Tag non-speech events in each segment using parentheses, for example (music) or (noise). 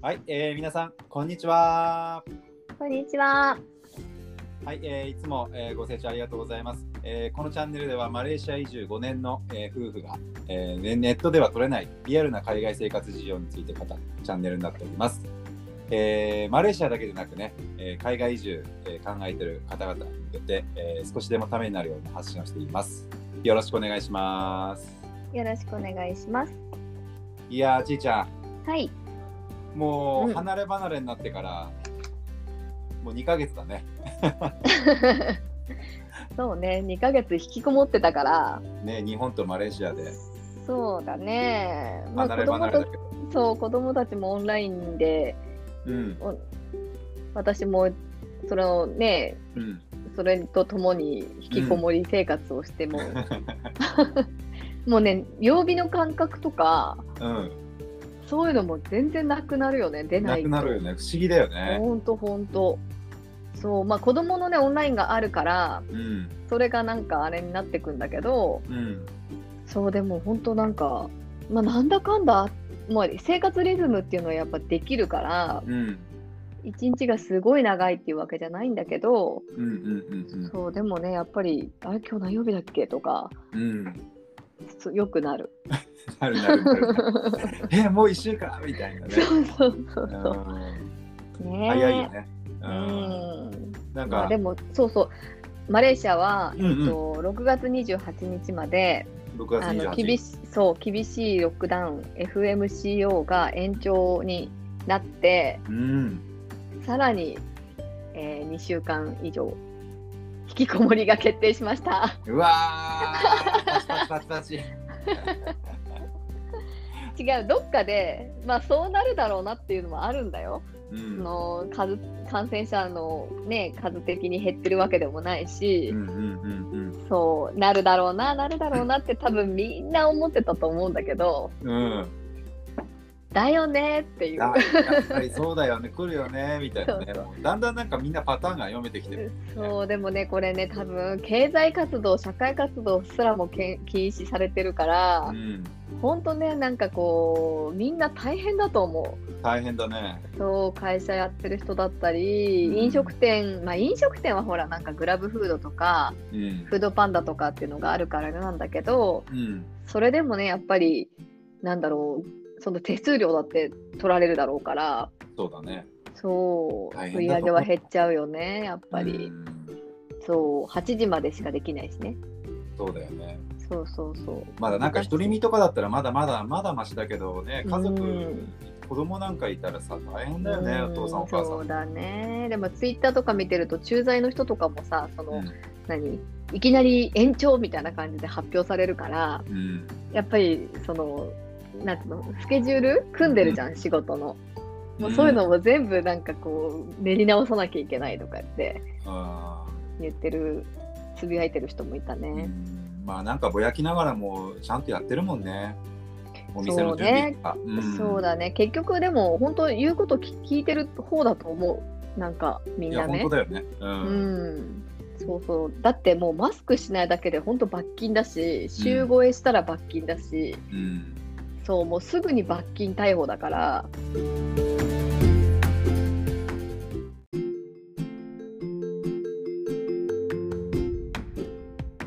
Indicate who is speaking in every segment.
Speaker 1: はい、えー、皆さん、こんにちは。
Speaker 2: こんにちは。
Speaker 1: はい、えー、いつも、えー、ご清聴ありがとうございます、えーこのチャンネルではマレーシア移住5年の、えー夫婦が、えーねネットでは取れないリアルな海外生活事情について語るチャンネルになっております。えーマレーシアだけでなくね、えー海外移住、えー考えている方々に向けて、えー少しでもためになるような発信をしています。よろしくお願いします。
Speaker 2: よろしくお願いします。
Speaker 1: いやー、ちいちゃん、
Speaker 2: はい。
Speaker 1: (laughs) も
Speaker 2: う
Speaker 1: うん離れ離れになってから、もう2ヶ月だね。
Speaker 2: そうね、2ヶ月引きこもってたから。
Speaker 1: ね、日本とマレーシアで
Speaker 2: そうだね。まあ
Speaker 1: 離れ離れだ
Speaker 2: 子
Speaker 1: けど。
Speaker 2: 供たそう子供たちもオンラインで、
Speaker 1: うん、
Speaker 2: お私もそれをね、
Speaker 1: うん、
Speaker 2: それとともに引きこもり生活をしても、もうね、曜日の感覚とか
Speaker 1: うん、
Speaker 2: そういうのも全然なくなるよね。出な
Speaker 1: ないく
Speaker 2: と。
Speaker 1: なるよね、不思議だよね。
Speaker 2: 本当本当。そうまあ子供のねオンラインがあるから
Speaker 1: うん、
Speaker 2: それがなんかあれになってくんだけど、
Speaker 1: うん、
Speaker 2: そうでも本当なんか、まあ、なんだかんだ、まあ、生活リズムっていうのはやっぱできるから
Speaker 1: うん、
Speaker 2: 一日がすごい長いっていうわけじゃないんだけど、
Speaker 1: うん、うん、
Speaker 2: そうでもねやっぱりあれ今日何曜日だっけとか
Speaker 1: うん、うん、
Speaker 2: そうよくなる。
Speaker 1: なるなるなる。え、もう一週間みたいなね。
Speaker 2: そうそうそう
Speaker 1: う
Speaker 2: そ
Speaker 1: ん
Speaker 2: う。ねえ
Speaker 1: 早いよね。う、
Speaker 2: うんん。
Speaker 1: なん
Speaker 2: ま
Speaker 1: か
Speaker 2: あ、でもそうそうマレーシアは、
Speaker 1: うんうん
Speaker 2: えっと、6月28日まで
Speaker 1: 六月
Speaker 2: あ
Speaker 1: 二十
Speaker 2: の
Speaker 1: 八
Speaker 2: 厳
Speaker 1: 日。
Speaker 2: しそう厳しいロックダウン FMCO が延長になって。
Speaker 1: うん、
Speaker 2: さらに、え2週間以上引きこもりが決定しました。 (laughs)
Speaker 1: うわー、パチパチパチパチ。
Speaker 2: 違うどっかで、まあ、そうなるだろうなっていうのもあるんだよ。
Speaker 1: う
Speaker 2: そ
Speaker 1: ん、
Speaker 2: (laughs) の数感染者の、ね、数的に減ってるわけでもないし
Speaker 1: う、ん、うん、うん、
Speaker 2: そうなるだろうななるだろうなって多分みんな思ってたと思うんだけど
Speaker 1: うん、うん。
Speaker 2: だよねっていう。
Speaker 1: あやっぱりそうだよね、来るよねみたいなね
Speaker 2: そう。
Speaker 1: だんだんなんかみんなパターンが読めてきてる。
Speaker 2: そうでもねこれね多分経済活動社会活動すらもけん禁止されてるか
Speaker 1: う、
Speaker 2: ら
Speaker 1: ん、
Speaker 2: 本当ねなんかこうみんな大変だと思う
Speaker 1: 大変だね。
Speaker 2: そう会社やってる人だったり、
Speaker 1: うん
Speaker 2: 飲食店まあ飲食店はほらなんかグラブフードとか
Speaker 1: うん
Speaker 2: フードパンダとかっていうのがあるからなんだけど
Speaker 1: うん、
Speaker 2: それでもねやっぱりなんだろうその手数料だって取られるだろうから
Speaker 1: そうだね。
Speaker 2: そう
Speaker 1: 大
Speaker 2: 売
Speaker 1: 変
Speaker 2: り
Speaker 1: だ
Speaker 2: 上
Speaker 1: と思う
Speaker 2: げは減っちゃうよねやっぱ
Speaker 1: う
Speaker 2: り、
Speaker 1: ん
Speaker 2: そう8時までしかできないしね
Speaker 1: そうだよね。
Speaker 2: そうそうそう
Speaker 1: まだなんか独り身とかだったらまだまだまだマシだけどね、家族、
Speaker 2: うん
Speaker 1: 子供なんかいたらさ大変だよね、お父さんお母さ
Speaker 2: そ
Speaker 1: ん。
Speaker 2: うだねでもツイッターとか見てると駐在の人とかもさその、何いきなり延長みたいな感じで発表されるから
Speaker 1: うん、うん、
Speaker 2: やっぱりそのなんていうのスケジュール組んでるじゃん、仕事のもうそういうのも全部なんかこう練り直さなきゃいけないとかって
Speaker 1: あ
Speaker 2: 言ってるつぶやいてる人もいた
Speaker 1: ー、う
Speaker 2: ね、
Speaker 1: んまあなんかぼやきながらもちゃんとやってるもんね。お店の準備とか。ん
Speaker 2: そうだね結局でも本当言うこと聞聞いてる方だと思うなんかみ
Speaker 1: い
Speaker 2: ん
Speaker 1: や
Speaker 2: な
Speaker 1: 本
Speaker 2: ね
Speaker 1: 当だよね。うん。
Speaker 2: うんそうそうだってもうマスクしないだけで本当罰金だし集合へしたら罰金だし、
Speaker 1: うん
Speaker 2: そうもうすぐに罰金逮捕だから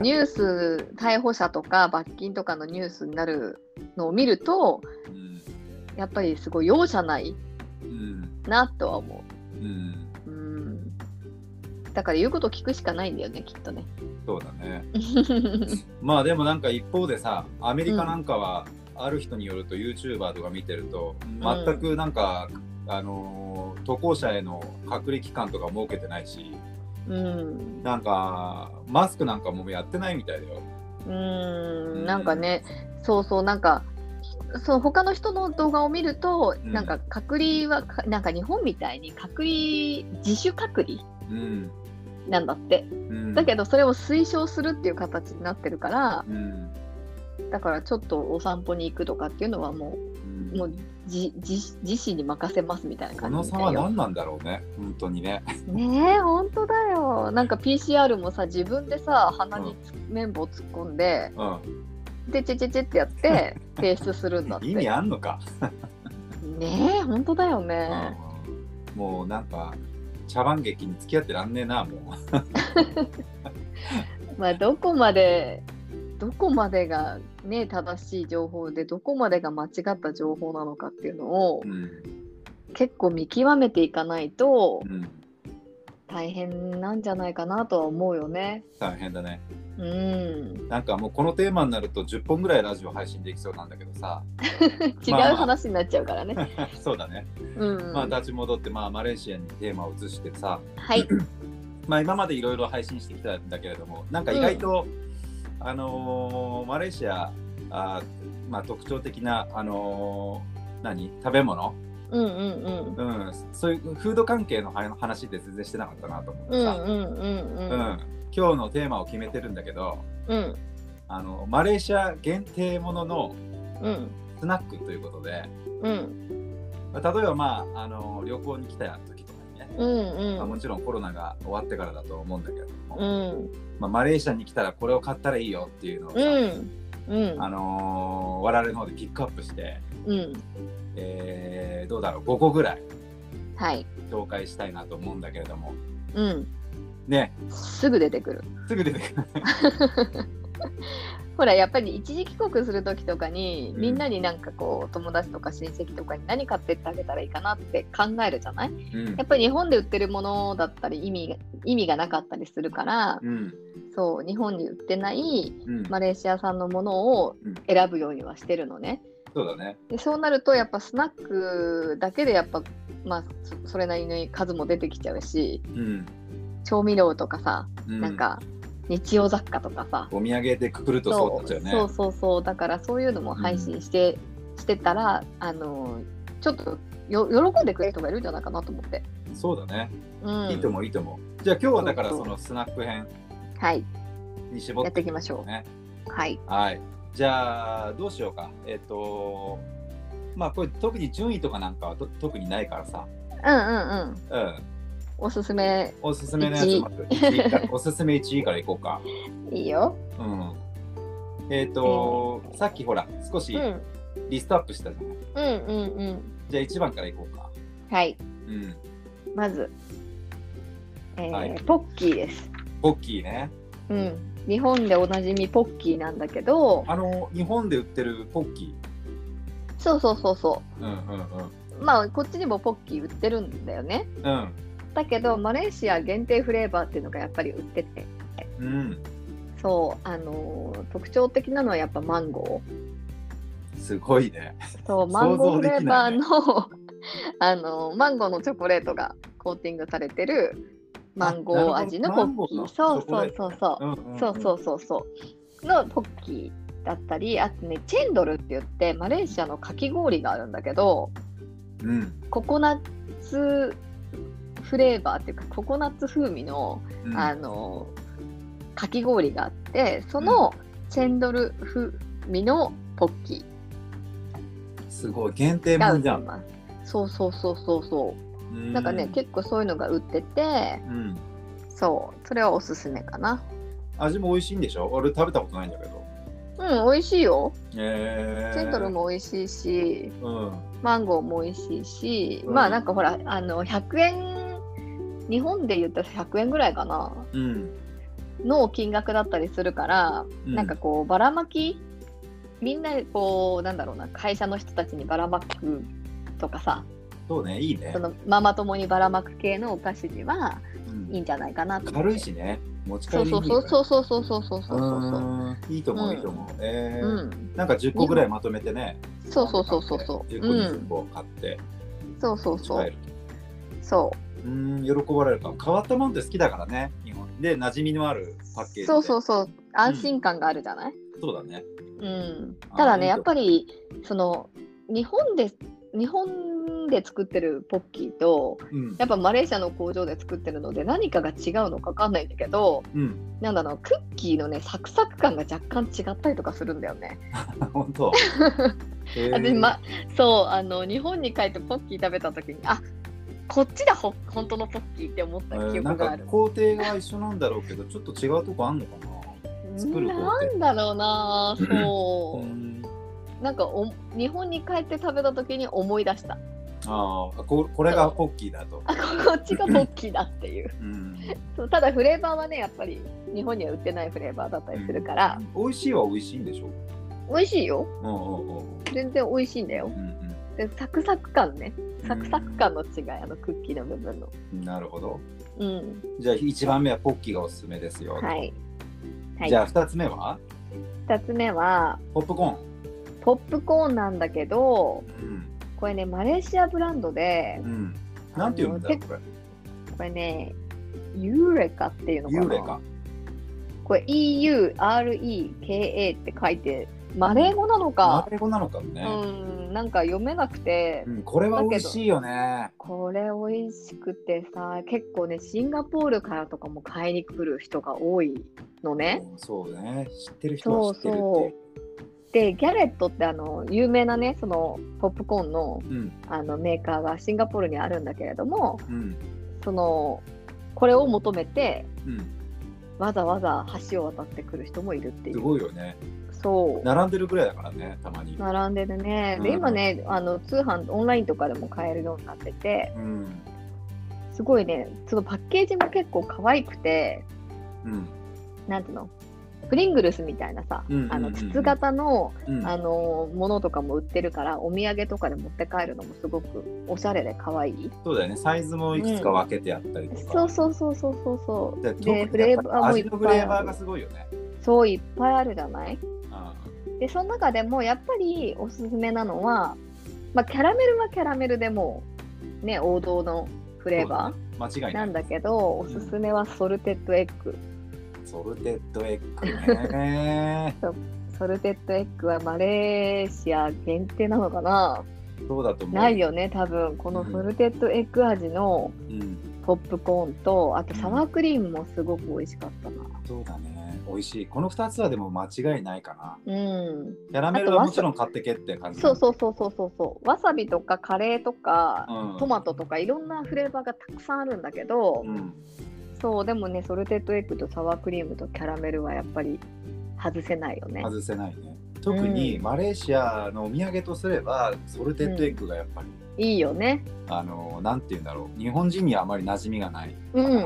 Speaker 2: ニュース逮捕者とか罰金とかのニュースになるのを見ると
Speaker 1: うん
Speaker 2: やっぱりすごい容赦ない
Speaker 1: うん
Speaker 2: なとは思
Speaker 1: うん
Speaker 2: ううんだから言うこと聞くしかないんだよねきっとね
Speaker 1: そうだね。まあでもなんか一方でさアメリカなんかはある人によると YouTuber とか見てると全くなんか、あのー渡航者への隔離期間とか設けてないし
Speaker 2: うん
Speaker 1: なんかマスクなんかもうやってないみたいだよ。
Speaker 2: うーんなんかね、そうそう、なんか、そう他の人の動画を見ると、
Speaker 1: うん
Speaker 2: なんか隔離はか、なんか日本みたいに隔離、自主隔離
Speaker 1: うん
Speaker 2: なんだって、
Speaker 1: うん、
Speaker 2: だけどそれを推奨するっていう形になってるから、
Speaker 1: うん
Speaker 2: だからちょっとお散歩に行くとかっていうのはも
Speaker 1: うん
Speaker 2: う、もうじじ自身に任せますみたいな
Speaker 1: こ
Speaker 2: 感じ
Speaker 1: の
Speaker 2: み
Speaker 1: 差
Speaker 2: た
Speaker 1: はい
Speaker 2: よ。
Speaker 1: 何なんだろうね本当にね。
Speaker 2: ねえ、本当だよ。なんか PCR もさ、自分でさ、鼻につ綿棒突っ込んで、
Speaker 1: うん、 (laughs)
Speaker 2: で、チェチェチェってやって、提出するんだって。
Speaker 1: 意味あんのか。
Speaker 2: うねえ、本当だよね。
Speaker 1: うんもうなんか茶番劇に付き合ってらんねえなもう
Speaker 2: まあ、どこまで、どこまでがね、正しい情報で、どこまでが間違った情報なのかっていうのを
Speaker 1: う、ん
Speaker 2: 結構見極めていかないと
Speaker 1: う、ん
Speaker 2: 大変なんじゃないかなとは思うよね。
Speaker 1: 大変だね
Speaker 2: うん。
Speaker 1: なんかもうこのテーマになると10本ぐらいラジオ配信できそうなんだけどさ (laughs)
Speaker 2: 違う
Speaker 1: まあまあ
Speaker 2: 話になっちゃうか
Speaker 1: (laughs)
Speaker 2: らね。
Speaker 1: そうだね、
Speaker 2: うん。
Speaker 1: まあ立ち戻ってまあマレーシアにテーマを移してさ
Speaker 2: はい。
Speaker 1: まあ今までいろいろ配信してきたんだけれどもなんか意外と、あのーマレーシアあーまあ特徴的なあのー何食べ物
Speaker 2: うんうんうん。
Speaker 1: うん、そういうフード関係の話って全然してなかったなと思っ
Speaker 2: う
Speaker 1: て
Speaker 2: んう
Speaker 1: さ、
Speaker 2: んうん
Speaker 1: うん
Speaker 2: うん。
Speaker 1: 今日のテーマを決めてるんだけど
Speaker 2: うん
Speaker 1: あのマレーシア限定ものの
Speaker 2: うん
Speaker 1: スナックということで
Speaker 2: うん
Speaker 1: まあ例えば、まあ、あの旅行に来た時とかにね、
Speaker 2: うん
Speaker 1: まあ、
Speaker 2: うん
Speaker 1: もちろんコロナが終わってからだと思うんだけども、
Speaker 2: うん
Speaker 1: まあ、マレーシアに来たらこれを買ったらいいよっていうのをさ、
Speaker 2: うんうん
Speaker 1: あのー我々の方でピックアップして、
Speaker 2: うん
Speaker 1: えーどうだろう5個ぐらい
Speaker 2: はい
Speaker 1: 紹介したいなと思うんだけれども
Speaker 2: うん
Speaker 1: ね
Speaker 2: すぐ出てくる
Speaker 1: すぐ出てくる。
Speaker 2: ほらやっぱり一時帰国する時とかに
Speaker 1: うん
Speaker 2: みんなになんかこう友達とか親戚とかに何買ってってあげたらいいかなって考えるじゃない
Speaker 1: うん
Speaker 2: やっぱり日本で売ってるものだったり意味が意味がなかったりするから
Speaker 1: うん
Speaker 2: そう日本に売ってない
Speaker 1: うん
Speaker 2: マレーシア産のものを選ぶようにはしてるのね。
Speaker 1: そうだね。
Speaker 2: でそうなるとやっぱスナックだけでやっぱ、まあ、そそれなりの数も出てきちゃうし
Speaker 1: うん。
Speaker 2: 調味料とかさ、
Speaker 1: う
Speaker 2: なん。か日用雑貨とかさ
Speaker 1: お土産でくくるとそうなっちゃうね。
Speaker 2: そうそうそうだからそういうのも配信して,、してたらあのちょっとよ喜んでくれる人がいるんじゃないかなと思って。
Speaker 1: そうだね。
Speaker 2: うん、
Speaker 1: いいと思う、いいと思う。じゃあ今日はだから
Speaker 2: そうそ
Speaker 1: そうのスナック編
Speaker 2: はい
Speaker 1: に絞
Speaker 2: や
Speaker 1: っ
Speaker 2: って
Speaker 1: て
Speaker 2: いきましょう。
Speaker 1: ね。
Speaker 2: はい、
Speaker 1: はい。じゃあどうしようか。えっ、と、まあこれ特に順位とかなんかはと特にないからさ。
Speaker 2: うんうんうん
Speaker 1: うん。
Speaker 2: おすすめ
Speaker 1: おすすめのやつまず1位から、おすすめ1位からいこうか。
Speaker 2: いいよ。
Speaker 1: うん。えっ、と、さっきほら、少し
Speaker 2: うんうん
Speaker 1: リストアップしたじゃない。
Speaker 2: うんうん
Speaker 1: じゃあ1番からいこうか。
Speaker 2: はい
Speaker 1: うん。
Speaker 2: まず、えー
Speaker 1: はい
Speaker 2: ポッキーです。
Speaker 1: ポッキーね。
Speaker 2: うん、日本でおなじみポッキーなんだけど
Speaker 1: あの、日本で売ってるポッキー。
Speaker 2: そうそうそうそ
Speaker 1: うんうんうん。
Speaker 2: うまあこっちにもポッキー売ってるんだよね
Speaker 1: うん。
Speaker 2: だけどマレーシア限定フレーバーっていうのがやっぱり売ってて
Speaker 1: うん。
Speaker 2: そうあのー特徴的なのはやっぱマンゴ
Speaker 1: すごいね。
Speaker 2: ーそうマン
Speaker 1: 想
Speaker 2: ゴー
Speaker 1: 像
Speaker 2: フ
Speaker 1: でき
Speaker 2: レ
Speaker 1: ない
Speaker 2: ー
Speaker 1: ね
Speaker 2: バーの (laughs) あのーマンゴーのチョコレートがコーティングされてるマンゴー味のポッキ
Speaker 1: あ
Speaker 2: ー
Speaker 1: なる
Speaker 2: そ
Speaker 1: ほど
Speaker 2: うそうそうそう
Speaker 1: うんうんん
Speaker 2: そうそうそうそうのポッキーだったりあとねチェンドルって言ってマレーシアのかき氷があるんだけど
Speaker 1: う。うん。
Speaker 2: ココナッツフレーバーっていうかココナッツ風味の、
Speaker 1: うん
Speaker 2: あのかき氷があってそのチェンドル風味のポッキ
Speaker 1: すごい。限定
Speaker 2: ーが
Speaker 1: も
Speaker 2: 売
Speaker 1: ん
Speaker 2: っ
Speaker 1: じ
Speaker 2: て
Speaker 1: ゃん。
Speaker 2: ます。そうそうそうそうそうなんかね、結構そういうのが売ってて
Speaker 1: 構。うん。
Speaker 2: そうそれはおすすめかな
Speaker 1: 味も美味しいんでしょ俺食べたことないんだけど。
Speaker 2: うん美味しいよ
Speaker 1: えー。
Speaker 2: チェンドル。も美味しいし
Speaker 1: うん。
Speaker 2: マンゴーも美味しいし、
Speaker 1: うん
Speaker 2: まあなんかほらあの100円日本で言ったら100円ぐらいかな
Speaker 1: うん。
Speaker 2: の金額だったりするから、
Speaker 1: うん
Speaker 2: なんかこうばらまきみんなこうなんだろうな会社の人たちにばらまくとかさ
Speaker 1: そうね、いいね
Speaker 2: そ。のママ友にばらまく系のお菓子には
Speaker 1: うん
Speaker 2: いいんじゃないかなと思って
Speaker 1: 軽いしね。持ち帰
Speaker 2: そ
Speaker 1: り
Speaker 2: う
Speaker 1: に
Speaker 2: そ
Speaker 1: いういよ
Speaker 2: そう
Speaker 1: ね
Speaker 2: そうそうそうそうそうそうそう
Speaker 1: うんいいと思
Speaker 2: う
Speaker 1: う、
Speaker 2: ん
Speaker 1: いいと思う。え
Speaker 2: う
Speaker 1: ー。
Speaker 2: ん
Speaker 1: なんか10個ぐらいまとめてね。
Speaker 2: そうそうそうそうそう
Speaker 1: 10個
Speaker 2: う
Speaker 1: 20
Speaker 2: ん
Speaker 1: 個買って、
Speaker 2: そうそう
Speaker 1: 持ち
Speaker 2: そ
Speaker 1: 帰
Speaker 2: う
Speaker 1: る。
Speaker 2: そ
Speaker 1: う
Speaker 2: う
Speaker 1: ん、喜ばれるかも。変わったもんって好きだからね、日本。で、馴染みのあるパッケージで。
Speaker 2: そうそうそう安心感があるじゃない、
Speaker 1: そうだね。
Speaker 2: うん
Speaker 1: あ、
Speaker 2: ただね
Speaker 1: いいと
Speaker 2: やっぱりその日本で日本で作ってるポッキーと
Speaker 1: うん。
Speaker 2: やっぱマレーシアの工場で作ってるので何かが違うのか分かんないんだけど
Speaker 1: うん。
Speaker 2: なんだろうクッキーのねサクサク感が若干違ったりとかするんだよね。
Speaker 1: 本
Speaker 2: (laughs)
Speaker 1: 当。え
Speaker 2: 私ま、そうあの日本に帰ってポッキー食べた時にあこっちだほ本当のポッキーって思っ
Speaker 1: え
Speaker 2: た記
Speaker 1: ーな
Speaker 2: 憶
Speaker 1: ん
Speaker 2: が
Speaker 1: か
Speaker 2: ある。
Speaker 1: 工程が一緒なんだろうけど、ちょっと違うとこあんのかな。作る工程
Speaker 2: なんだろうな
Speaker 1: う
Speaker 2: そ
Speaker 1: ん。
Speaker 2: うなんかお日本に帰って食べた時に思い出した
Speaker 1: ああここれがポッキーだと。
Speaker 2: あここっちがポッキーだっていう
Speaker 1: (laughs) うん、
Speaker 2: そうただフレーバーはねやっぱり日本には売ってないフレーバーだったりするから、
Speaker 1: 美味しいは美味しいんでしょ
Speaker 2: 美味しいよ
Speaker 1: うんうんうん
Speaker 2: 全然美味しいんだよ
Speaker 1: うん
Speaker 2: でサクサク感ね
Speaker 1: うん
Speaker 2: サクサク感の違いあのクッキーの部分の
Speaker 1: うんなるほど。
Speaker 2: うん
Speaker 1: じゃあ一番目はポッキーがおすすめですよ。
Speaker 2: はい、はい、
Speaker 1: じゃあ二つ目は
Speaker 2: 2つ目は
Speaker 1: ポップコーン。
Speaker 2: ポップコーンなんだけど
Speaker 1: うん。
Speaker 2: これねマレーシアブランドで
Speaker 1: うん。なんて言うんだ
Speaker 2: あの
Speaker 1: これ。
Speaker 2: これねユーレカっていうのか
Speaker 1: 幽
Speaker 2: な
Speaker 1: 霊か。
Speaker 2: これ EUREKA って書いてマレー語なの
Speaker 1: マ
Speaker 2: か
Speaker 1: レー語なのかも
Speaker 2: う
Speaker 1: ね。
Speaker 2: んなんか読めなくて
Speaker 1: うん、これは美味しいよね。
Speaker 2: これ美味しくてさ結構ねシンガポールからとかも買いに来る人が多いのね
Speaker 1: うんそうね。知ってる人は知ってるってい
Speaker 2: そうでギャレットってあの有名なねそのポップコーンの
Speaker 1: う。うん
Speaker 2: あのメーカーがシンガポールにあるんだけれども
Speaker 1: うん
Speaker 2: そのこれを求めて
Speaker 1: うん。
Speaker 2: わざわざ橋を渡ってくる人もいるってい
Speaker 1: す
Speaker 2: う
Speaker 1: ごいよね。
Speaker 2: そう
Speaker 1: 並んでるぐらいだからね、たまに。
Speaker 2: 並んでるね
Speaker 1: う
Speaker 2: で
Speaker 1: ん
Speaker 2: 今ねあの通販オンラインとかでも買えるようになってて
Speaker 1: うん
Speaker 2: すごいねそのパッケージも結構可愛くて
Speaker 1: うん
Speaker 2: なんていうのプリングルスみたいなさ
Speaker 1: うんうんうんうん
Speaker 2: あの筒型の
Speaker 1: うん。
Speaker 2: あのものとかも売ってるからお土産とかで持って帰るのもすごくおしゃれで可愛い
Speaker 1: そうだよね。サイズもいくつか分けてあったりとか。
Speaker 2: そうそうそうそうそうそ
Speaker 1: で
Speaker 2: う
Speaker 1: 特に
Speaker 2: で
Speaker 1: やっぱり
Speaker 2: フレーバーも
Speaker 1: 味
Speaker 2: いっ
Speaker 1: のフレー
Speaker 2: ぱ
Speaker 1: バー
Speaker 2: い
Speaker 1: がすごいよね。
Speaker 2: そういっぱいあるじゃない
Speaker 1: あ
Speaker 2: でその中でもやっぱりおすすめなのは、まあ、キャラメルはキャラメルでもうね王道のフレーバ
Speaker 1: 間違
Speaker 2: ー
Speaker 1: いな。
Speaker 2: ないんだけどおすすめはソルテッドエッグ
Speaker 1: ソルテッドエッグね。
Speaker 2: ソルテッドエッグはマレーシア限定なのかな
Speaker 1: そうだと思う。
Speaker 2: ないよね多分このソルテッドエッグ味の
Speaker 1: うん。
Speaker 2: ポップコーンとあとサワークリームもすごく美味しかったな
Speaker 1: そうだね。美味しい。この2つはでも間違いないかな。
Speaker 2: うん
Speaker 1: キャラメルはもちろん買ってけって感じ。
Speaker 2: そうそうそうそうそうそうわさびとかカレーとか
Speaker 1: うん
Speaker 2: トマトとかいろんなフレーバーがたくさんあるんだけど、
Speaker 1: うん。
Speaker 2: そうでもねソルテッドエッグとサワークリームとキャラメルはやっぱり外せないよね
Speaker 1: 外せないね。特に
Speaker 2: うん
Speaker 1: マレーシアのお土産とすれば、ソルテッドエッグがやっぱり、
Speaker 2: いいよね
Speaker 1: あの、なんて言うんだろう。日本人にはあまり馴染みがない。
Speaker 2: うんうんう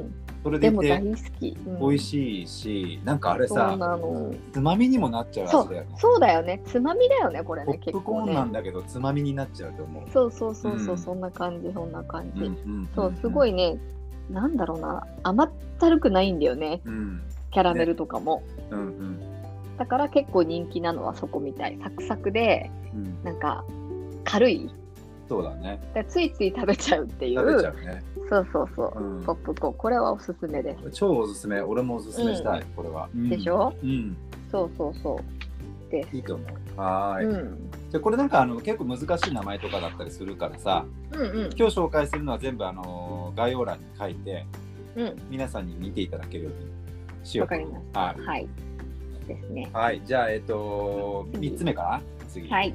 Speaker 2: ん
Speaker 1: それで
Speaker 2: で
Speaker 1: い
Speaker 2: も大
Speaker 1: て
Speaker 2: 好き、うん
Speaker 1: 美味しいし、なんかあれ
Speaker 2: そう
Speaker 1: さ、
Speaker 2: なの
Speaker 1: つまみにもなっちゃう
Speaker 2: そ
Speaker 1: 味だよ
Speaker 2: う
Speaker 1: ね。
Speaker 2: そうだよねつまみだよねこれ
Speaker 1: ポ
Speaker 2: ね
Speaker 1: ッ
Speaker 2: 結
Speaker 1: プコ
Speaker 2: 構
Speaker 1: ーン
Speaker 2: ね
Speaker 1: なんだけど、つまみになっちゃうと思う。
Speaker 2: そうそうそうそ
Speaker 1: う
Speaker 2: う、
Speaker 1: ん
Speaker 2: そんな感じそんな感じ、
Speaker 1: うんうん
Speaker 2: そうすご
Speaker 1: い、
Speaker 2: いねなんだろうな甘ったるくないんだよね
Speaker 1: うん
Speaker 2: キャラメルとかも、
Speaker 1: うんうん
Speaker 2: だから結構人気なのはそこみたいサクサクで
Speaker 1: うん、
Speaker 2: なんか軽い
Speaker 1: そうだね
Speaker 2: だからついつい食べちゃうっていう
Speaker 1: 食べちゃうね、
Speaker 2: そうそうそうう、
Speaker 1: ん
Speaker 2: ポップコーンこれはおすすめです、
Speaker 1: 超おすすめ俺もおすすめしたい、これは、うん
Speaker 2: でしょ
Speaker 1: うん
Speaker 2: そうそうそうです
Speaker 1: いいと思うはーい、
Speaker 2: うん、
Speaker 1: じゃあこれなんかあの結構難しい名前とかだったりするからさ
Speaker 2: うんうん
Speaker 1: 今日紹介するのは全部あのー概要欄に書いて
Speaker 2: う
Speaker 1: 皆さんに見ていただけるようにしようと思う
Speaker 2: わか
Speaker 1: はい
Speaker 2: んはいですね
Speaker 1: はい、じゃあえっ、と3つ目かな次、
Speaker 2: はい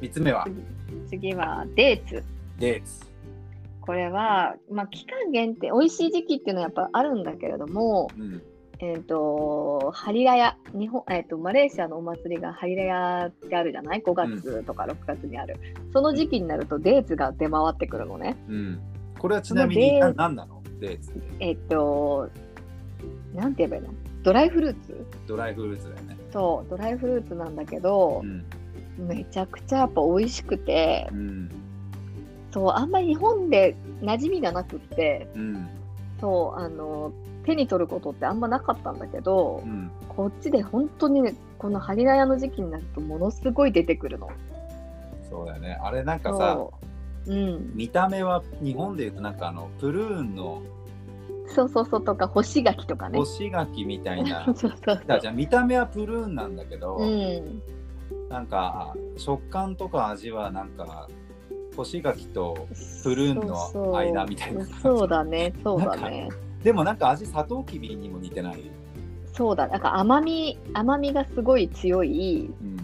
Speaker 1: 3つ目は
Speaker 2: 次はデーツ
Speaker 1: デーツ
Speaker 2: これは、まあ、期間限定美味しい時期っていうのはやっぱあるんだけれども、
Speaker 1: うん
Speaker 2: えっとハリラヤ日本、えっとマレーシアのお祭りがハリラヤってあるじゃない5月とか6月にある、その時期になるとデーツが出回ってくるのね
Speaker 1: うんこれはちなみに
Speaker 2: このデー
Speaker 1: な何なのデーツって
Speaker 2: えっ、となんて言えばいいのドライフルーツ
Speaker 1: ドライフルーツだよね
Speaker 2: そうドライフルーツなんだけど
Speaker 1: う、ん
Speaker 2: めちゃくちゃやっぱ美味しくて
Speaker 1: うん
Speaker 2: そうあんまり日本で馴染みがなくって
Speaker 1: うん
Speaker 2: そうあの手に取ることってあんまなかったんだけど
Speaker 1: う、ん
Speaker 2: こっちで本当にねこのハリラヤの時期になるとものすごい出てくるの。
Speaker 1: そうだよねあれなんかさ
Speaker 2: そううん、
Speaker 1: 見た目は日本でいうとなんかあのプルーンの
Speaker 2: そうそうそうとか干し柿とかね
Speaker 1: 干。し柿みたいな、
Speaker 2: (laughs) そうそうそう
Speaker 1: だじゃあ見た目はプルーンなんだけど、
Speaker 2: うん、
Speaker 1: なんか食感とか味はなんか干し柿とプルーンの間みたいな
Speaker 2: そうそうそうだねそうだね
Speaker 1: でもなんか味サトウキビにも似てない、
Speaker 2: そうだなんか甘み甘みがすごい強い
Speaker 1: うん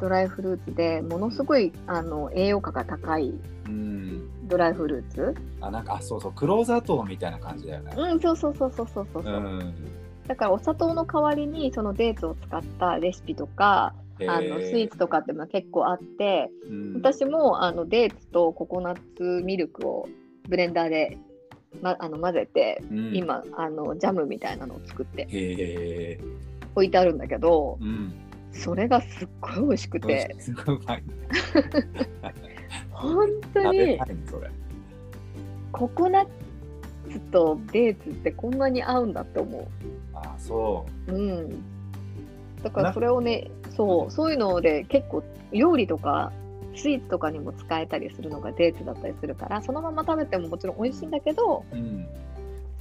Speaker 2: ドライフルーツでものすごいあの栄養価が高い
Speaker 1: うん、
Speaker 2: ドライフルーツ
Speaker 1: あなんかあそうそう黒砂糖みたいな感じだよね、
Speaker 2: うんそうそうそうそうそうそう、
Speaker 1: う
Speaker 2: うんだからお砂糖の代わりにそのデーツを使ったレシピとかあのスイーツとかっていうのは結構あって、
Speaker 1: うん
Speaker 2: 私もあのデーツとココナッツミルクをブレンダーで、ま、あの混ぜて、
Speaker 1: うん
Speaker 2: 今あのジャムみたいなのを作って
Speaker 1: へえ、
Speaker 2: 置いてあるんだけど
Speaker 1: うん、
Speaker 2: それがすっごい美味しくて
Speaker 1: すごいうまい。
Speaker 2: 本当
Speaker 1: 食べ
Speaker 2: に
Speaker 1: たいねそれ。
Speaker 2: ココナッツとデーツってこんなに合うんだって思。
Speaker 1: あ、そう
Speaker 2: うん、だから
Speaker 1: な
Speaker 2: それをねそうそういうので結構料理とかスイーツとかにも使えたりするのがデーツだったりするからそのまま食べてももちろん美味しいんだけど
Speaker 1: う。うん。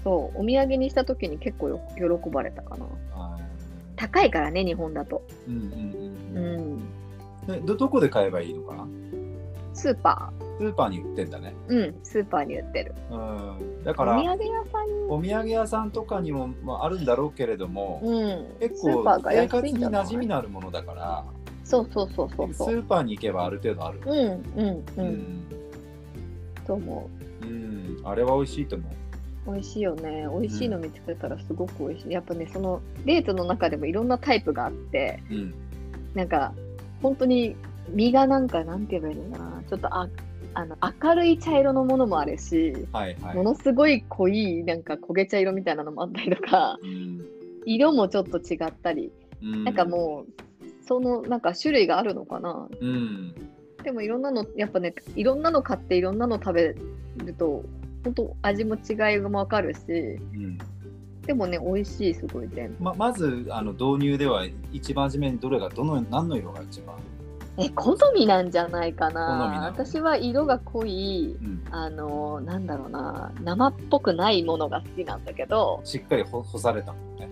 Speaker 2: そうお土産にした時に結構よ喜ばれたかな
Speaker 1: あー
Speaker 2: 高いからね日本だと、
Speaker 1: うんう
Speaker 2: うんん、
Speaker 1: うん。でどどこで買えばいいのかな？
Speaker 2: スーパ
Speaker 1: スーパーに売ってんだね。
Speaker 2: ーうんスーパーに売ってる
Speaker 1: うん。だ
Speaker 2: お
Speaker 1: か
Speaker 2: 土産
Speaker 1: ら
Speaker 2: 屋さん
Speaker 1: お土産屋さんとかにもまああるんだろうけれども、
Speaker 2: うん
Speaker 1: 結
Speaker 2: スー
Speaker 1: 構
Speaker 2: パーが
Speaker 1: 生
Speaker 2: 安
Speaker 1: 活
Speaker 2: い
Speaker 1: に
Speaker 2: んじゃな
Speaker 1: 馴
Speaker 2: い
Speaker 1: 染みのあるものだから、
Speaker 2: そうそうそうそう
Speaker 1: ス
Speaker 2: そう
Speaker 1: ーパーに行けばある程度ある。
Speaker 2: うんうんう、
Speaker 1: うんん。
Speaker 2: と思
Speaker 1: うん。あれは美味しいと思う。
Speaker 2: う美味しいよね美味しいの見つけたらすごく美味しい、やっぱねそのデートの中でもいろんなタイプがあって
Speaker 1: うん。
Speaker 2: なんか本当に身がなんかなんて言えばいいのかなちょっとああの明るい茶色のものもあるし、
Speaker 1: はいは
Speaker 2: も
Speaker 1: い。
Speaker 2: のすごい濃いなんか焦げ茶色みたいなのもあったりとか
Speaker 1: うん。
Speaker 2: 色もちょっと違ったり
Speaker 1: な
Speaker 2: なんかもうそのなんか種類があるのかな
Speaker 1: う。うん。
Speaker 2: でもいろんなのやっぱねいろんなの買っていろんなの食べると本当味も違いもわかるし
Speaker 1: うん。
Speaker 2: でもね美味しいすごい全部
Speaker 1: ままずあの導入では一番初めにどれがどの何の色が一番、
Speaker 2: え好みなんじゃないか
Speaker 1: 好み
Speaker 2: な
Speaker 1: なの
Speaker 2: 私は色が濃い
Speaker 1: うん、
Speaker 2: あのなんだろうな生っぽくないものが好きなんだけど、
Speaker 1: しっかりほ干されたもんね。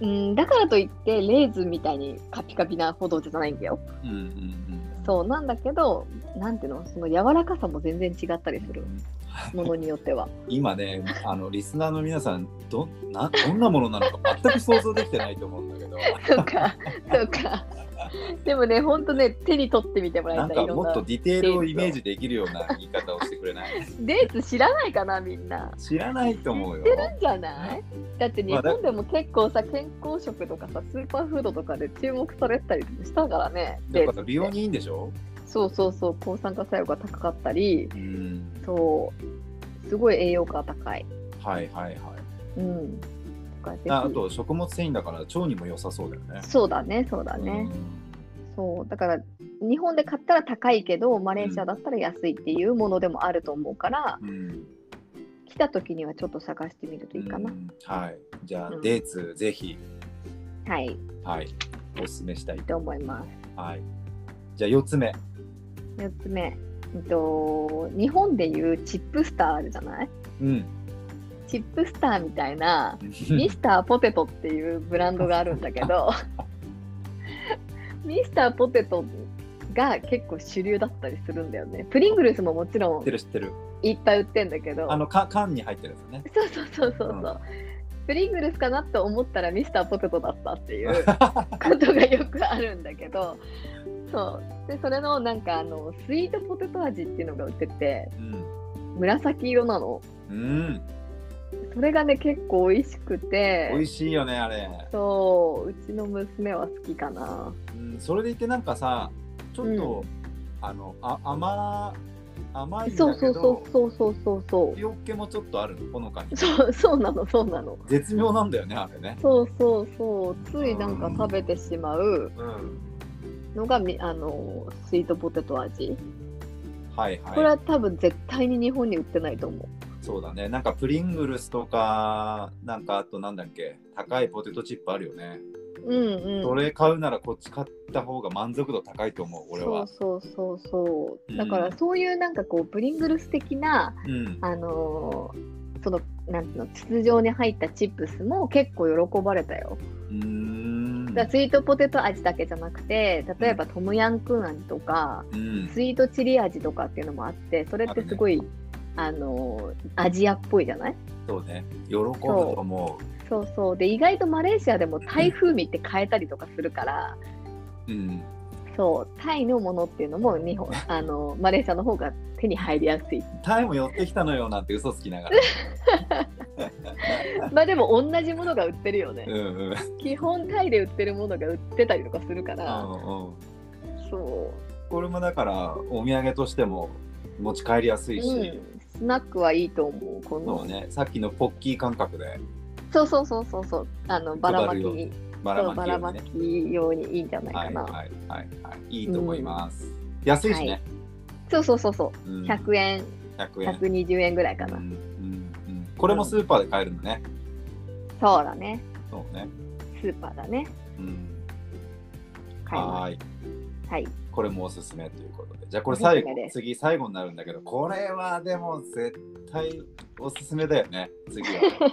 Speaker 2: うん、だからといってレーズンみたいにカピカピなほどじゃないんだよ
Speaker 1: うんうん
Speaker 2: そうなんだけどなんていうのその柔らかさも全然違ったり
Speaker 1: (laughs)
Speaker 2: するものによっては
Speaker 1: 今ねあのリスナーの皆さんどなどんなものなのか全く想像できてないと思うんだ
Speaker 2: (laughs)
Speaker 1: けど
Speaker 2: そう
Speaker 1: (laughs)
Speaker 2: かそうかでもねほんとね手に取ってみてもら
Speaker 1: ないん
Speaker 2: たい
Speaker 1: か
Speaker 2: いろん
Speaker 1: もっと
Speaker 2: な
Speaker 1: ディテールをイメージできるような言い方をしてくれない
Speaker 2: デーツ知らないかなみんな
Speaker 1: 知らないと思うよ
Speaker 2: 知っ。てるんじゃないだって日
Speaker 1: まあだ
Speaker 2: 本でも結構さ健康食とかさスーパーフードとかで注目されてたりしたからね
Speaker 1: だ
Speaker 2: デ
Speaker 1: か
Speaker 2: ーツ
Speaker 1: ら
Speaker 2: っ
Speaker 1: 美容
Speaker 2: て
Speaker 1: にいいんでしょ、
Speaker 2: そうそうそう抗酸化作用が高かったり
Speaker 1: うん、
Speaker 2: そうすごい栄養価が高い
Speaker 1: はいはいはい
Speaker 2: うんとかぜひ
Speaker 1: ああと食物繊維だから腸にも良さそうだよね。
Speaker 2: そうだねそうだね、
Speaker 1: うん
Speaker 2: そうだから日本で買ったら高いけどマレーシアだったら安いっていうものでもあると思うから、
Speaker 1: うん
Speaker 2: 来た時にはちょっと探してみるといいかな、
Speaker 1: うんはい。じゃあ、
Speaker 2: うん
Speaker 1: デーツぜひ、
Speaker 2: はい
Speaker 1: はい、おすすめしたい。
Speaker 2: と思います
Speaker 1: はい。じゃあ4つ目。
Speaker 2: 4つ目、えっと、日本でいうチップスターあるじゃない
Speaker 1: うん。
Speaker 2: チップスターみたいなミスターポテトっていうブランドがあるんだけどミスターポテトが結構主流だったりするんだよねプリングルスももちろ
Speaker 1: 知っ
Speaker 2: ん
Speaker 1: てる知ってる。
Speaker 2: いっぱい売ってんだけど
Speaker 1: あのか缶に入ってるやつね。
Speaker 2: そうそうそうそうそう。プリングルスかなと思ったらミスターポテトだったっていう
Speaker 1: (laughs)
Speaker 2: ことがよくあるんだけどそうでそれのなんかあのスイートポテト味っていうのが売ってて
Speaker 1: うん。
Speaker 2: 紫色なの
Speaker 1: うん。
Speaker 2: それがね結構美味しく
Speaker 1: 美味
Speaker 2: て
Speaker 1: しいよねあれ。
Speaker 2: そううちの娘は好きかな
Speaker 1: うん。それでいてなんかさ、ちょっと、あのあ甘甘いんだけ
Speaker 2: そ
Speaker 1: ど
Speaker 2: うそうそうそうそうそうそう
Speaker 1: 塩気もちょっとあるのほのかに。
Speaker 2: そうそうなのそうなの
Speaker 1: 絶妙なんだよねあれね。
Speaker 2: そうそうそうついなんか食べてしまう
Speaker 1: うん。
Speaker 2: のがみあのスイートポテト味
Speaker 1: はいはい。
Speaker 2: これは多分絶対に日本に売ってないと思う
Speaker 1: そうだね。なんかプリングルスとか、なんかあとなんだっけ、高いポテトチップあるよね。
Speaker 2: うんうん、
Speaker 1: それ買うならこっち買った方が満足度高いと思う、俺は。
Speaker 2: そうそうそうそううんだからそういうなんかこうプリングルス的な
Speaker 1: うん。
Speaker 2: あのーそのなんていうの筒状に入ったチップスも結構喜ばれたよ
Speaker 1: うーん。
Speaker 2: だからスイートポテト味だけじゃなくて例えばトムヤンクン味とか
Speaker 1: うん。
Speaker 2: スイートチリ味とかっていうのもあってそれってすごいあ、のーアジアっぽいじゃない
Speaker 1: そうね。喜ぶと思
Speaker 2: そうそうで意外とマレーシアでもタイ風味って変えたりとかするから、
Speaker 1: う。うん。
Speaker 2: そうタイのものっていうのも日本あのマレーシアの方が手に入りやすい (laughs)
Speaker 1: タイも寄ってきたのよなんて嘘つきながら。
Speaker 2: まあでも同じものが売ってるよね
Speaker 1: う。んうん。
Speaker 2: 基本タイで売ってるものが売ってたりとかするか
Speaker 1: う
Speaker 2: ら、
Speaker 1: んうん。
Speaker 2: そ
Speaker 1: これもだからお土産としても持ち帰りやす
Speaker 2: う、う
Speaker 1: いし、
Speaker 2: ん、スナックはいいと思うこ
Speaker 1: そう
Speaker 2: の
Speaker 1: ね、さっきのポッキー感覚で
Speaker 2: そうそうそうそうそうあのばらまきに
Speaker 1: ばら
Speaker 2: そ
Speaker 1: ま
Speaker 2: うば
Speaker 1: き
Speaker 2: ら
Speaker 1: よ
Speaker 2: ま
Speaker 1: りね。
Speaker 2: き用にいいんじゃない
Speaker 1: は
Speaker 2: か
Speaker 1: い
Speaker 2: な、
Speaker 1: はいはいはい。いいと思います。安いしね。
Speaker 2: そうそうそうそう
Speaker 1: うん
Speaker 2: 100円
Speaker 1: 100円。
Speaker 2: 120円ぐらいかな、
Speaker 1: うんうんうんこれもスーパーで買えるのね。
Speaker 2: そうだね
Speaker 1: そうね。
Speaker 2: スーパーだね
Speaker 1: うん
Speaker 2: 買いま
Speaker 1: はーい。
Speaker 2: すはい
Speaker 1: これもおすすめということで。じゃあこれ最後
Speaker 2: おすすめで、す
Speaker 1: 次最後になるんだけど、これはでも絶対おすすめだよね。次
Speaker 2: (laughs)
Speaker 1: は。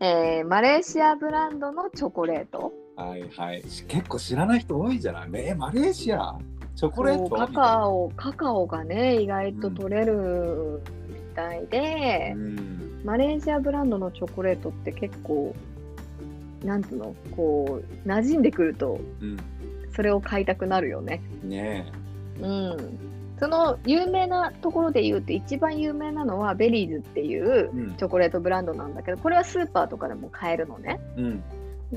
Speaker 2: えーマレーシアブランドのチョコレート
Speaker 1: はいはい。し結構知らない人多いじゃないえー、マレーシアチョコレート
Speaker 2: そう
Speaker 1: み
Speaker 2: カ
Speaker 1: たいな
Speaker 2: カオカカオがね意外と取れるみたいで、
Speaker 1: うん
Speaker 2: マレーシアブランドのチョコレートって結構なんていうのこう馴染んでくると
Speaker 1: う
Speaker 2: それを買いたくなるよね。
Speaker 1: ん。ね
Speaker 2: うん、その有名なところで言うと一番有名なのはベリーズっていう
Speaker 1: え。うん
Speaker 2: チョコレートブランドなんだけどこれはスーパーとかでも買えるのね。
Speaker 1: うん。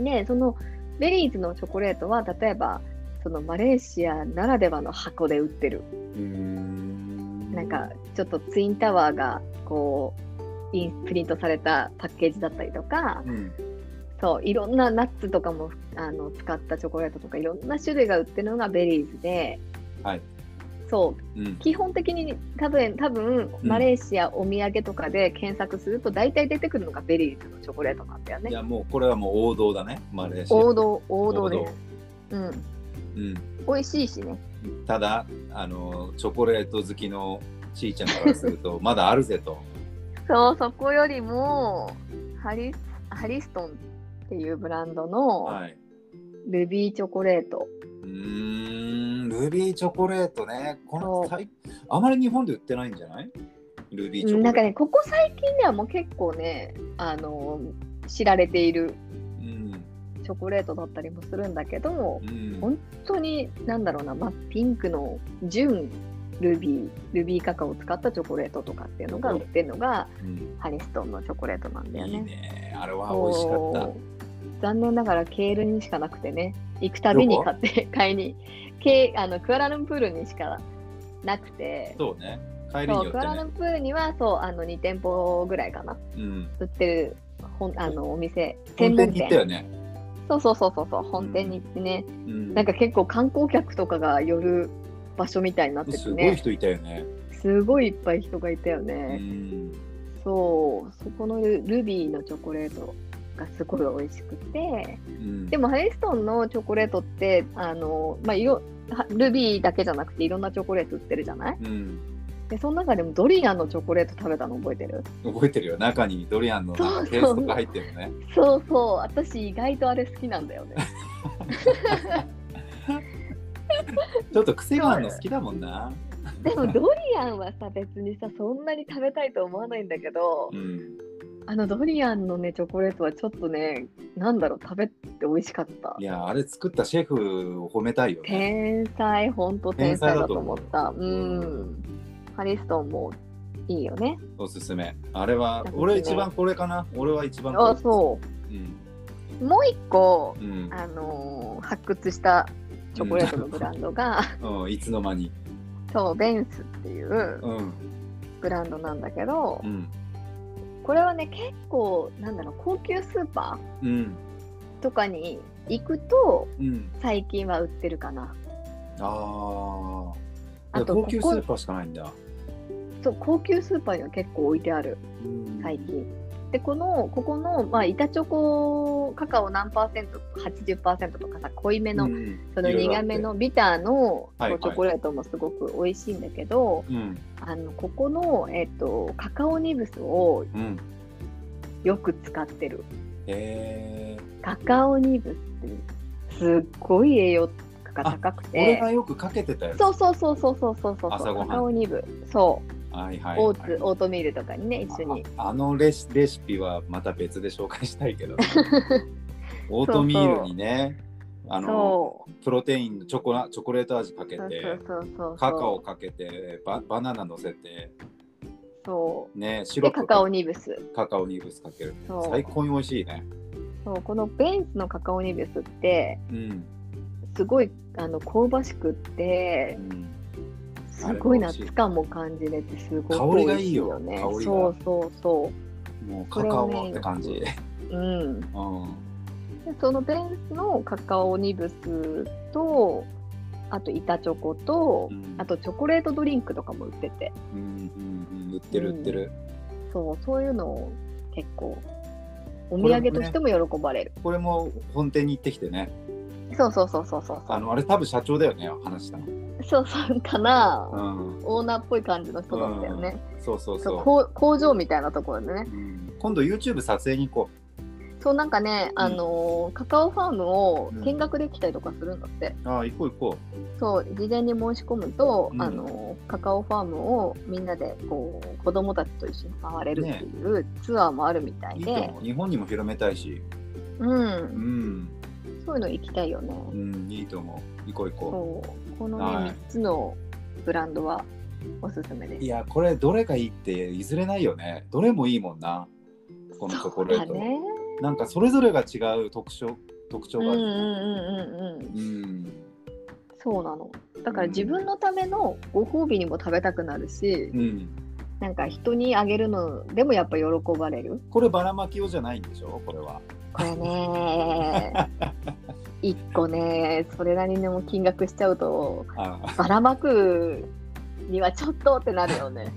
Speaker 2: でそのベリーズのチョコレートは例えばそのマレーシアならではの箱で売ってる
Speaker 1: うん。
Speaker 2: なんかちょっとツインタワーがこうインプリントされたパッケージだったりとか
Speaker 1: うん。
Speaker 2: そういろんなナッツとかもあの使ったチョコレートとかいろんな種類が売ってるのがベリーズで、
Speaker 1: はい
Speaker 2: そう
Speaker 1: うん。
Speaker 2: 基本的に多分多分
Speaker 1: うん
Speaker 2: マレーシアお土産とかで検索すると大体出てくるのがベリーズのチョコレートなんだよ
Speaker 1: い
Speaker 2: ね
Speaker 1: やもうこれはもう王道だね。マレーシア。
Speaker 2: 王道王道ですうん
Speaker 1: うん。
Speaker 2: 美味しいしね
Speaker 1: ただあのチョコレート好きのちいちゃんからするとまだあるぜ
Speaker 2: (laughs)
Speaker 1: と
Speaker 2: そうそこよりもハリハリストンっていうブランドの
Speaker 1: はい
Speaker 2: ルビーチョコレート、
Speaker 1: うーんルビーチョコレートねこ
Speaker 2: そ
Speaker 1: の
Speaker 2: う
Speaker 1: 最あまり日本で売ってないんじゃないルビーチョコレート
Speaker 2: なんかねここ最近ではもう結構ねあの知られている
Speaker 1: うん
Speaker 2: チョコレートだったりもするんだけど
Speaker 1: うん
Speaker 2: 本当になんだろうな、まあ、ピンクの純ルビールビーカカオを使ったチョコレートとかっていうのが売ってるのが
Speaker 1: うん
Speaker 2: ハリストンのチョコレートなんだよ
Speaker 1: いい
Speaker 2: ね。
Speaker 1: ねあれは美味しかった
Speaker 2: そう残念ながらケールにしかなくてね行くたびに買って買いにケーあのクアラルンプールにしかなくて
Speaker 1: そうね帰りに
Speaker 2: そう
Speaker 1: よっ
Speaker 2: クア
Speaker 1: て
Speaker 2: ラ
Speaker 1: ね
Speaker 2: ルンプールにはそうあの2店舗ぐらいかな
Speaker 1: うん
Speaker 2: 売ってる本あのお店
Speaker 1: 本店
Speaker 2: 専
Speaker 1: に行
Speaker 2: 門店
Speaker 1: ったよね
Speaker 2: そうそうそうそうそう本店に行ってね、
Speaker 1: うん
Speaker 2: なんか結構観光客とかが寄る場所みたいになってて
Speaker 1: すごい
Speaker 2: ね
Speaker 1: 人いたよね
Speaker 2: すごいいっぱい人がいたよ
Speaker 1: う
Speaker 2: ね、
Speaker 1: ん
Speaker 2: そうそこのルルビーのチョコレートがすごい美味しくて
Speaker 1: うん
Speaker 2: でもハリストンのチョコレートってあの、まあ、いろはルビーだけじゃなくていろんなチョコレート売ってるじゃない
Speaker 1: うん
Speaker 2: でその中でもドリアンのチョコレート食べたの覚えてる
Speaker 1: 覚えてるよ中にドリアンのなんかペーストが入ってるよね
Speaker 2: そうそう私意外とあれ好きなんだ
Speaker 1: (laughs)
Speaker 2: よね
Speaker 1: ちょっと癖があるの好きだもんな
Speaker 2: でもドリアンはさ別にさそんなに食べたいと思わないんだけど、
Speaker 1: うん
Speaker 2: あのドリアンのねチョコレートはちょっとねなんだろう食べて美味しかった
Speaker 1: いやあれ作ったシェフを褒めたいよね。
Speaker 2: 天才ほんと天才だと思っ
Speaker 1: 天才
Speaker 2: たうんハリストンもいいよね
Speaker 1: おすすめ。あれは
Speaker 2: おすすめ
Speaker 1: 俺一番これかな。俺は一番これ。。
Speaker 2: あそう
Speaker 1: ん。
Speaker 2: うもう一個
Speaker 1: うん
Speaker 2: あのー発掘したチョコレートのブランドが、
Speaker 1: うん。いつの間に。
Speaker 2: そうベンスっていう
Speaker 1: うん。
Speaker 2: ブランドなんだけど
Speaker 1: うん。
Speaker 2: これはね結構なんだろう高級スーパ
Speaker 1: うん。
Speaker 2: ーとかに行くと
Speaker 1: うん。
Speaker 2: 最近は売ってるかな。
Speaker 1: ああ。
Speaker 2: あと
Speaker 1: 高級ス
Speaker 2: ここ
Speaker 1: ーパーしかないんだ。
Speaker 2: そう高級スーパーには結構置いてある
Speaker 1: うん
Speaker 2: 最。近。でこのここの、まあ、板チョコカカオ何パーセント80%とかさ濃いめの、
Speaker 1: うん
Speaker 2: その苦め。のビターの
Speaker 1: はいはい
Speaker 2: チョコレートもすごく美味しいんだけど、
Speaker 1: いろいろあって
Speaker 2: あのここの、えっとカカオニブスを
Speaker 1: うん。うん。
Speaker 2: よく使ってる
Speaker 1: えー
Speaker 2: カカオニブスっていうすっごい栄養価が高く
Speaker 1: 俺
Speaker 2: て
Speaker 1: がよくかけてたやつ。
Speaker 2: そうそうそうそうそうそうそう
Speaker 1: 朝ごは
Speaker 2: カ
Speaker 1: ん
Speaker 2: カオニブそう、
Speaker 1: はいはいはい。
Speaker 2: オーツオートミールとかにね一緒に
Speaker 1: ああのレシレシピはまた別で紹介したいけ
Speaker 2: (laughs)
Speaker 1: どオートミールにねあの
Speaker 2: そう
Speaker 1: プロテインのチョコラチョコレート味かけて
Speaker 2: そうそうそうそうそう
Speaker 1: カカオかけてババナナ乗せて
Speaker 2: そ
Speaker 1: ねシ
Speaker 2: う。
Speaker 1: ロ
Speaker 2: で、
Speaker 1: ップ
Speaker 2: カカオニブス。
Speaker 1: カカオニブスかける
Speaker 2: そう
Speaker 1: 最高に美味しいね
Speaker 2: そうこのベンツのカカオニブスって、
Speaker 1: うん、
Speaker 2: すごいあの香ばしくって
Speaker 1: う、ん、
Speaker 2: すごい
Speaker 1: あれが美味しい
Speaker 2: 夏感も感じれて、すご
Speaker 1: 香
Speaker 2: い
Speaker 1: り
Speaker 2: 美
Speaker 1: がい
Speaker 2: 味し
Speaker 1: い
Speaker 2: い
Speaker 1: よ
Speaker 2: よね。
Speaker 1: 香りが
Speaker 2: そうそうそ
Speaker 1: もう
Speaker 2: こ
Speaker 1: カ
Speaker 2: れ
Speaker 1: カ
Speaker 2: をね
Speaker 1: オって感じ、
Speaker 2: う。うん。
Speaker 1: うん
Speaker 2: でそのベンスのカカオニブスとあと板チョコと、
Speaker 1: うん
Speaker 2: あとチョコレートドリンクとかも売ってて
Speaker 1: うんうんうん売ってる売ってる、
Speaker 2: そうそういうのを結構お土産としても喜ばれる
Speaker 1: これも本店に行ってきてね
Speaker 2: そうそうそうそうそうそ
Speaker 1: あ
Speaker 2: う
Speaker 1: のあれ多分社長だよね話したの
Speaker 2: そうそうかな、
Speaker 1: うん
Speaker 2: オーナーっぽい感じの人だったよね、
Speaker 1: そうそう
Speaker 2: そう
Speaker 1: そ
Speaker 2: こう工場みたいなところでね
Speaker 1: う、うん、今度 YouTube 撮影に行こ
Speaker 2: そうなんかね、あのーカカオファームを
Speaker 1: うん
Speaker 2: 見学できたりとかするんだって、
Speaker 1: うああ行こう行こ
Speaker 2: そう事前に申し込むと、
Speaker 1: うん
Speaker 2: あのカカオファームをみんなでこう子供たちと一緒に回れるっていうツアーもあるみた
Speaker 1: う
Speaker 2: い
Speaker 1: いい
Speaker 2: で、
Speaker 1: と思う日本にも広めたいし
Speaker 2: う、
Speaker 1: うんん
Speaker 2: そういうの行きたいよね。
Speaker 1: うんいいと思う行こう行こ
Speaker 2: そうこのね、
Speaker 1: はい
Speaker 2: 3つのブランドはおすすめで
Speaker 1: う
Speaker 2: す。
Speaker 1: いやこれどれがいいって譲れないよねどれもいいもんなこのチョコレー
Speaker 2: そ
Speaker 1: ト、
Speaker 2: うだね。
Speaker 1: なんかそれぞれが違う特徴特徴
Speaker 2: うん
Speaker 1: が
Speaker 2: う
Speaker 1: あ
Speaker 2: んう
Speaker 1: る
Speaker 2: んうんうん。
Speaker 1: うん
Speaker 2: そうなの。だから自分のためのご褒美にも食べたくなるし、
Speaker 1: うん
Speaker 2: なんか人にあげるのでもやっぱ喜ばれる。
Speaker 1: こればらまき用じゃないんでしょこれは
Speaker 2: これ
Speaker 1: (laughs)
Speaker 2: ね一個ねそれなりにも金額しちゃうと
Speaker 1: あ
Speaker 2: ばらまくにはちょっとってなるよね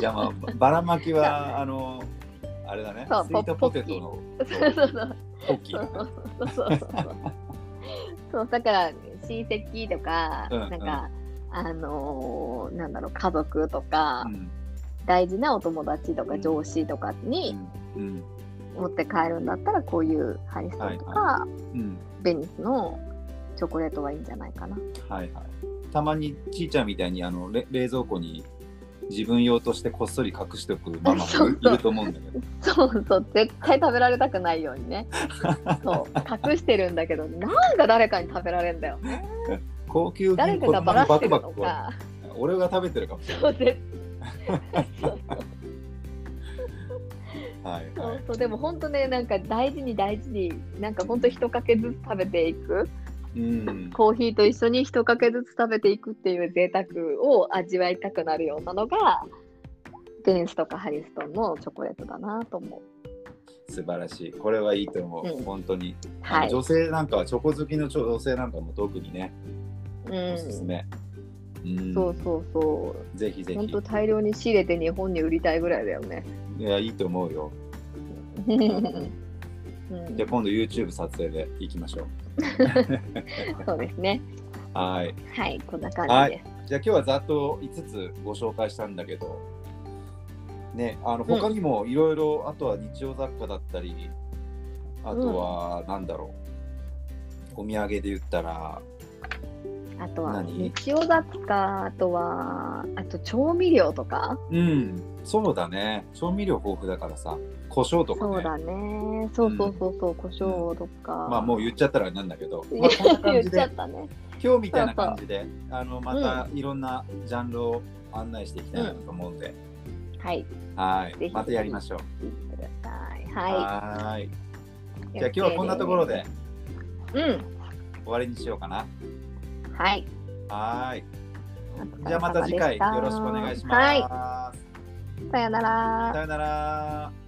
Speaker 1: じゃあ、まあ、 (laughs) ばらまき
Speaker 2: そうね
Speaker 1: はあのあれだね
Speaker 2: そう
Speaker 1: スイート
Speaker 2: ポ
Speaker 1: ポ
Speaker 2: ッキー
Speaker 1: テトの
Speaker 2: そうそうそう
Speaker 1: ポッキ
Speaker 2: そう (laughs)
Speaker 1: ー
Speaker 2: そうそうそうそうだから親戚とか、
Speaker 1: うんうん
Speaker 2: なんかあのーなんだろう家族とか、
Speaker 1: うん
Speaker 2: 大事なお友達と
Speaker 1: う
Speaker 2: か
Speaker 1: ん
Speaker 2: 上司とかに
Speaker 1: うん
Speaker 2: 持って帰るんだったらこういうハリソンとか、
Speaker 1: うん
Speaker 2: ベニスのチョコレートはいいんじゃないかな。
Speaker 1: はいはいたまにちいちゃんみたいにあのれ冷蔵庫に自分用としてこっそり隠しておく
Speaker 2: (laughs)
Speaker 1: ママもいるいると思うんだけど
Speaker 2: そうそう絶対食べられたくないよう
Speaker 1: (laughs)
Speaker 2: にねそう隠してる隠してるんだけどなんか誰かに食べられんだよね
Speaker 1: 高級
Speaker 2: 誰
Speaker 1: 品
Speaker 2: か
Speaker 1: こ
Speaker 2: が
Speaker 1: の
Speaker 2: バ
Speaker 1: ま
Speaker 2: ラ
Speaker 1: まバ
Speaker 2: して
Speaker 1: ク
Speaker 2: る
Speaker 1: バ
Speaker 2: の
Speaker 1: クこう
Speaker 2: か
Speaker 1: 俺が食べてるかもしれ
Speaker 2: そうです
Speaker 1: ないはい
Speaker 2: そ
Speaker 1: は
Speaker 2: う
Speaker 1: い
Speaker 2: そうでも本当ねなんか大事に大事になんか本当一かけずつ食べていく
Speaker 1: うん
Speaker 2: コーヒーと一緒に一かけずつ食べていくっていう贅沢を味わいたくなるようなのがベンスとかハリストンのチョコレートだなと思う
Speaker 1: 素晴らしいこれはいいと思う、
Speaker 2: うん
Speaker 1: 本当に、
Speaker 2: はい、
Speaker 1: 女性なんかはチョコ好きの女性なんかも特にね
Speaker 2: う
Speaker 1: お
Speaker 2: ん、
Speaker 1: すすめ、うん
Speaker 2: そうそうそう
Speaker 1: ぜひぜ
Speaker 2: 本
Speaker 1: ひ
Speaker 2: 当大量に仕入れて日本に売りたいぐらいだよね
Speaker 1: いやいいと思うよ
Speaker 2: うん
Speaker 1: じゃあ今度 YouTube 撮影で行きましょう
Speaker 2: そうですね。
Speaker 1: はい
Speaker 2: はい、こんな感じです。
Speaker 1: じゃあ今日はざっと5つご紹介したんだけど、ね、あの
Speaker 2: うん
Speaker 1: 他にもいろいろ、あとは日用雑貨だったり、あとはなんだろう、お土産で言ったら、
Speaker 2: あとは
Speaker 1: 何
Speaker 2: 日用雑貨、あとはあと調味料とか。
Speaker 1: うん、そうだね、調味料豊富だからさ、胡椒とか
Speaker 2: そう
Speaker 1: ね、
Speaker 2: だね。そうそうそうそう、胡椒とか。
Speaker 1: まあもう言っちゃったらあれなんだけど、
Speaker 2: 言
Speaker 1: まあ、
Speaker 2: っ
Speaker 1: こんな感じ
Speaker 2: ちゃっ
Speaker 1: で、
Speaker 2: たね。
Speaker 1: 今日みたいな感じで、あのまたいろんなジャンルを案内していきたいなと思うんで、
Speaker 2: はい、
Speaker 1: は
Speaker 2: ぜ
Speaker 1: い、
Speaker 2: ひ
Speaker 1: またやりましょう。
Speaker 2: 聞いてください。は
Speaker 1: はーい。
Speaker 2: い。
Speaker 1: じゃあ今日はこんなところで
Speaker 2: うん。
Speaker 1: 終わりにしようかな。
Speaker 2: はい。
Speaker 1: はーい。
Speaker 2: お疲れ様でした
Speaker 1: じゃあまた次回よろしくお願いします。
Speaker 2: はい。さよなら
Speaker 1: さよなら。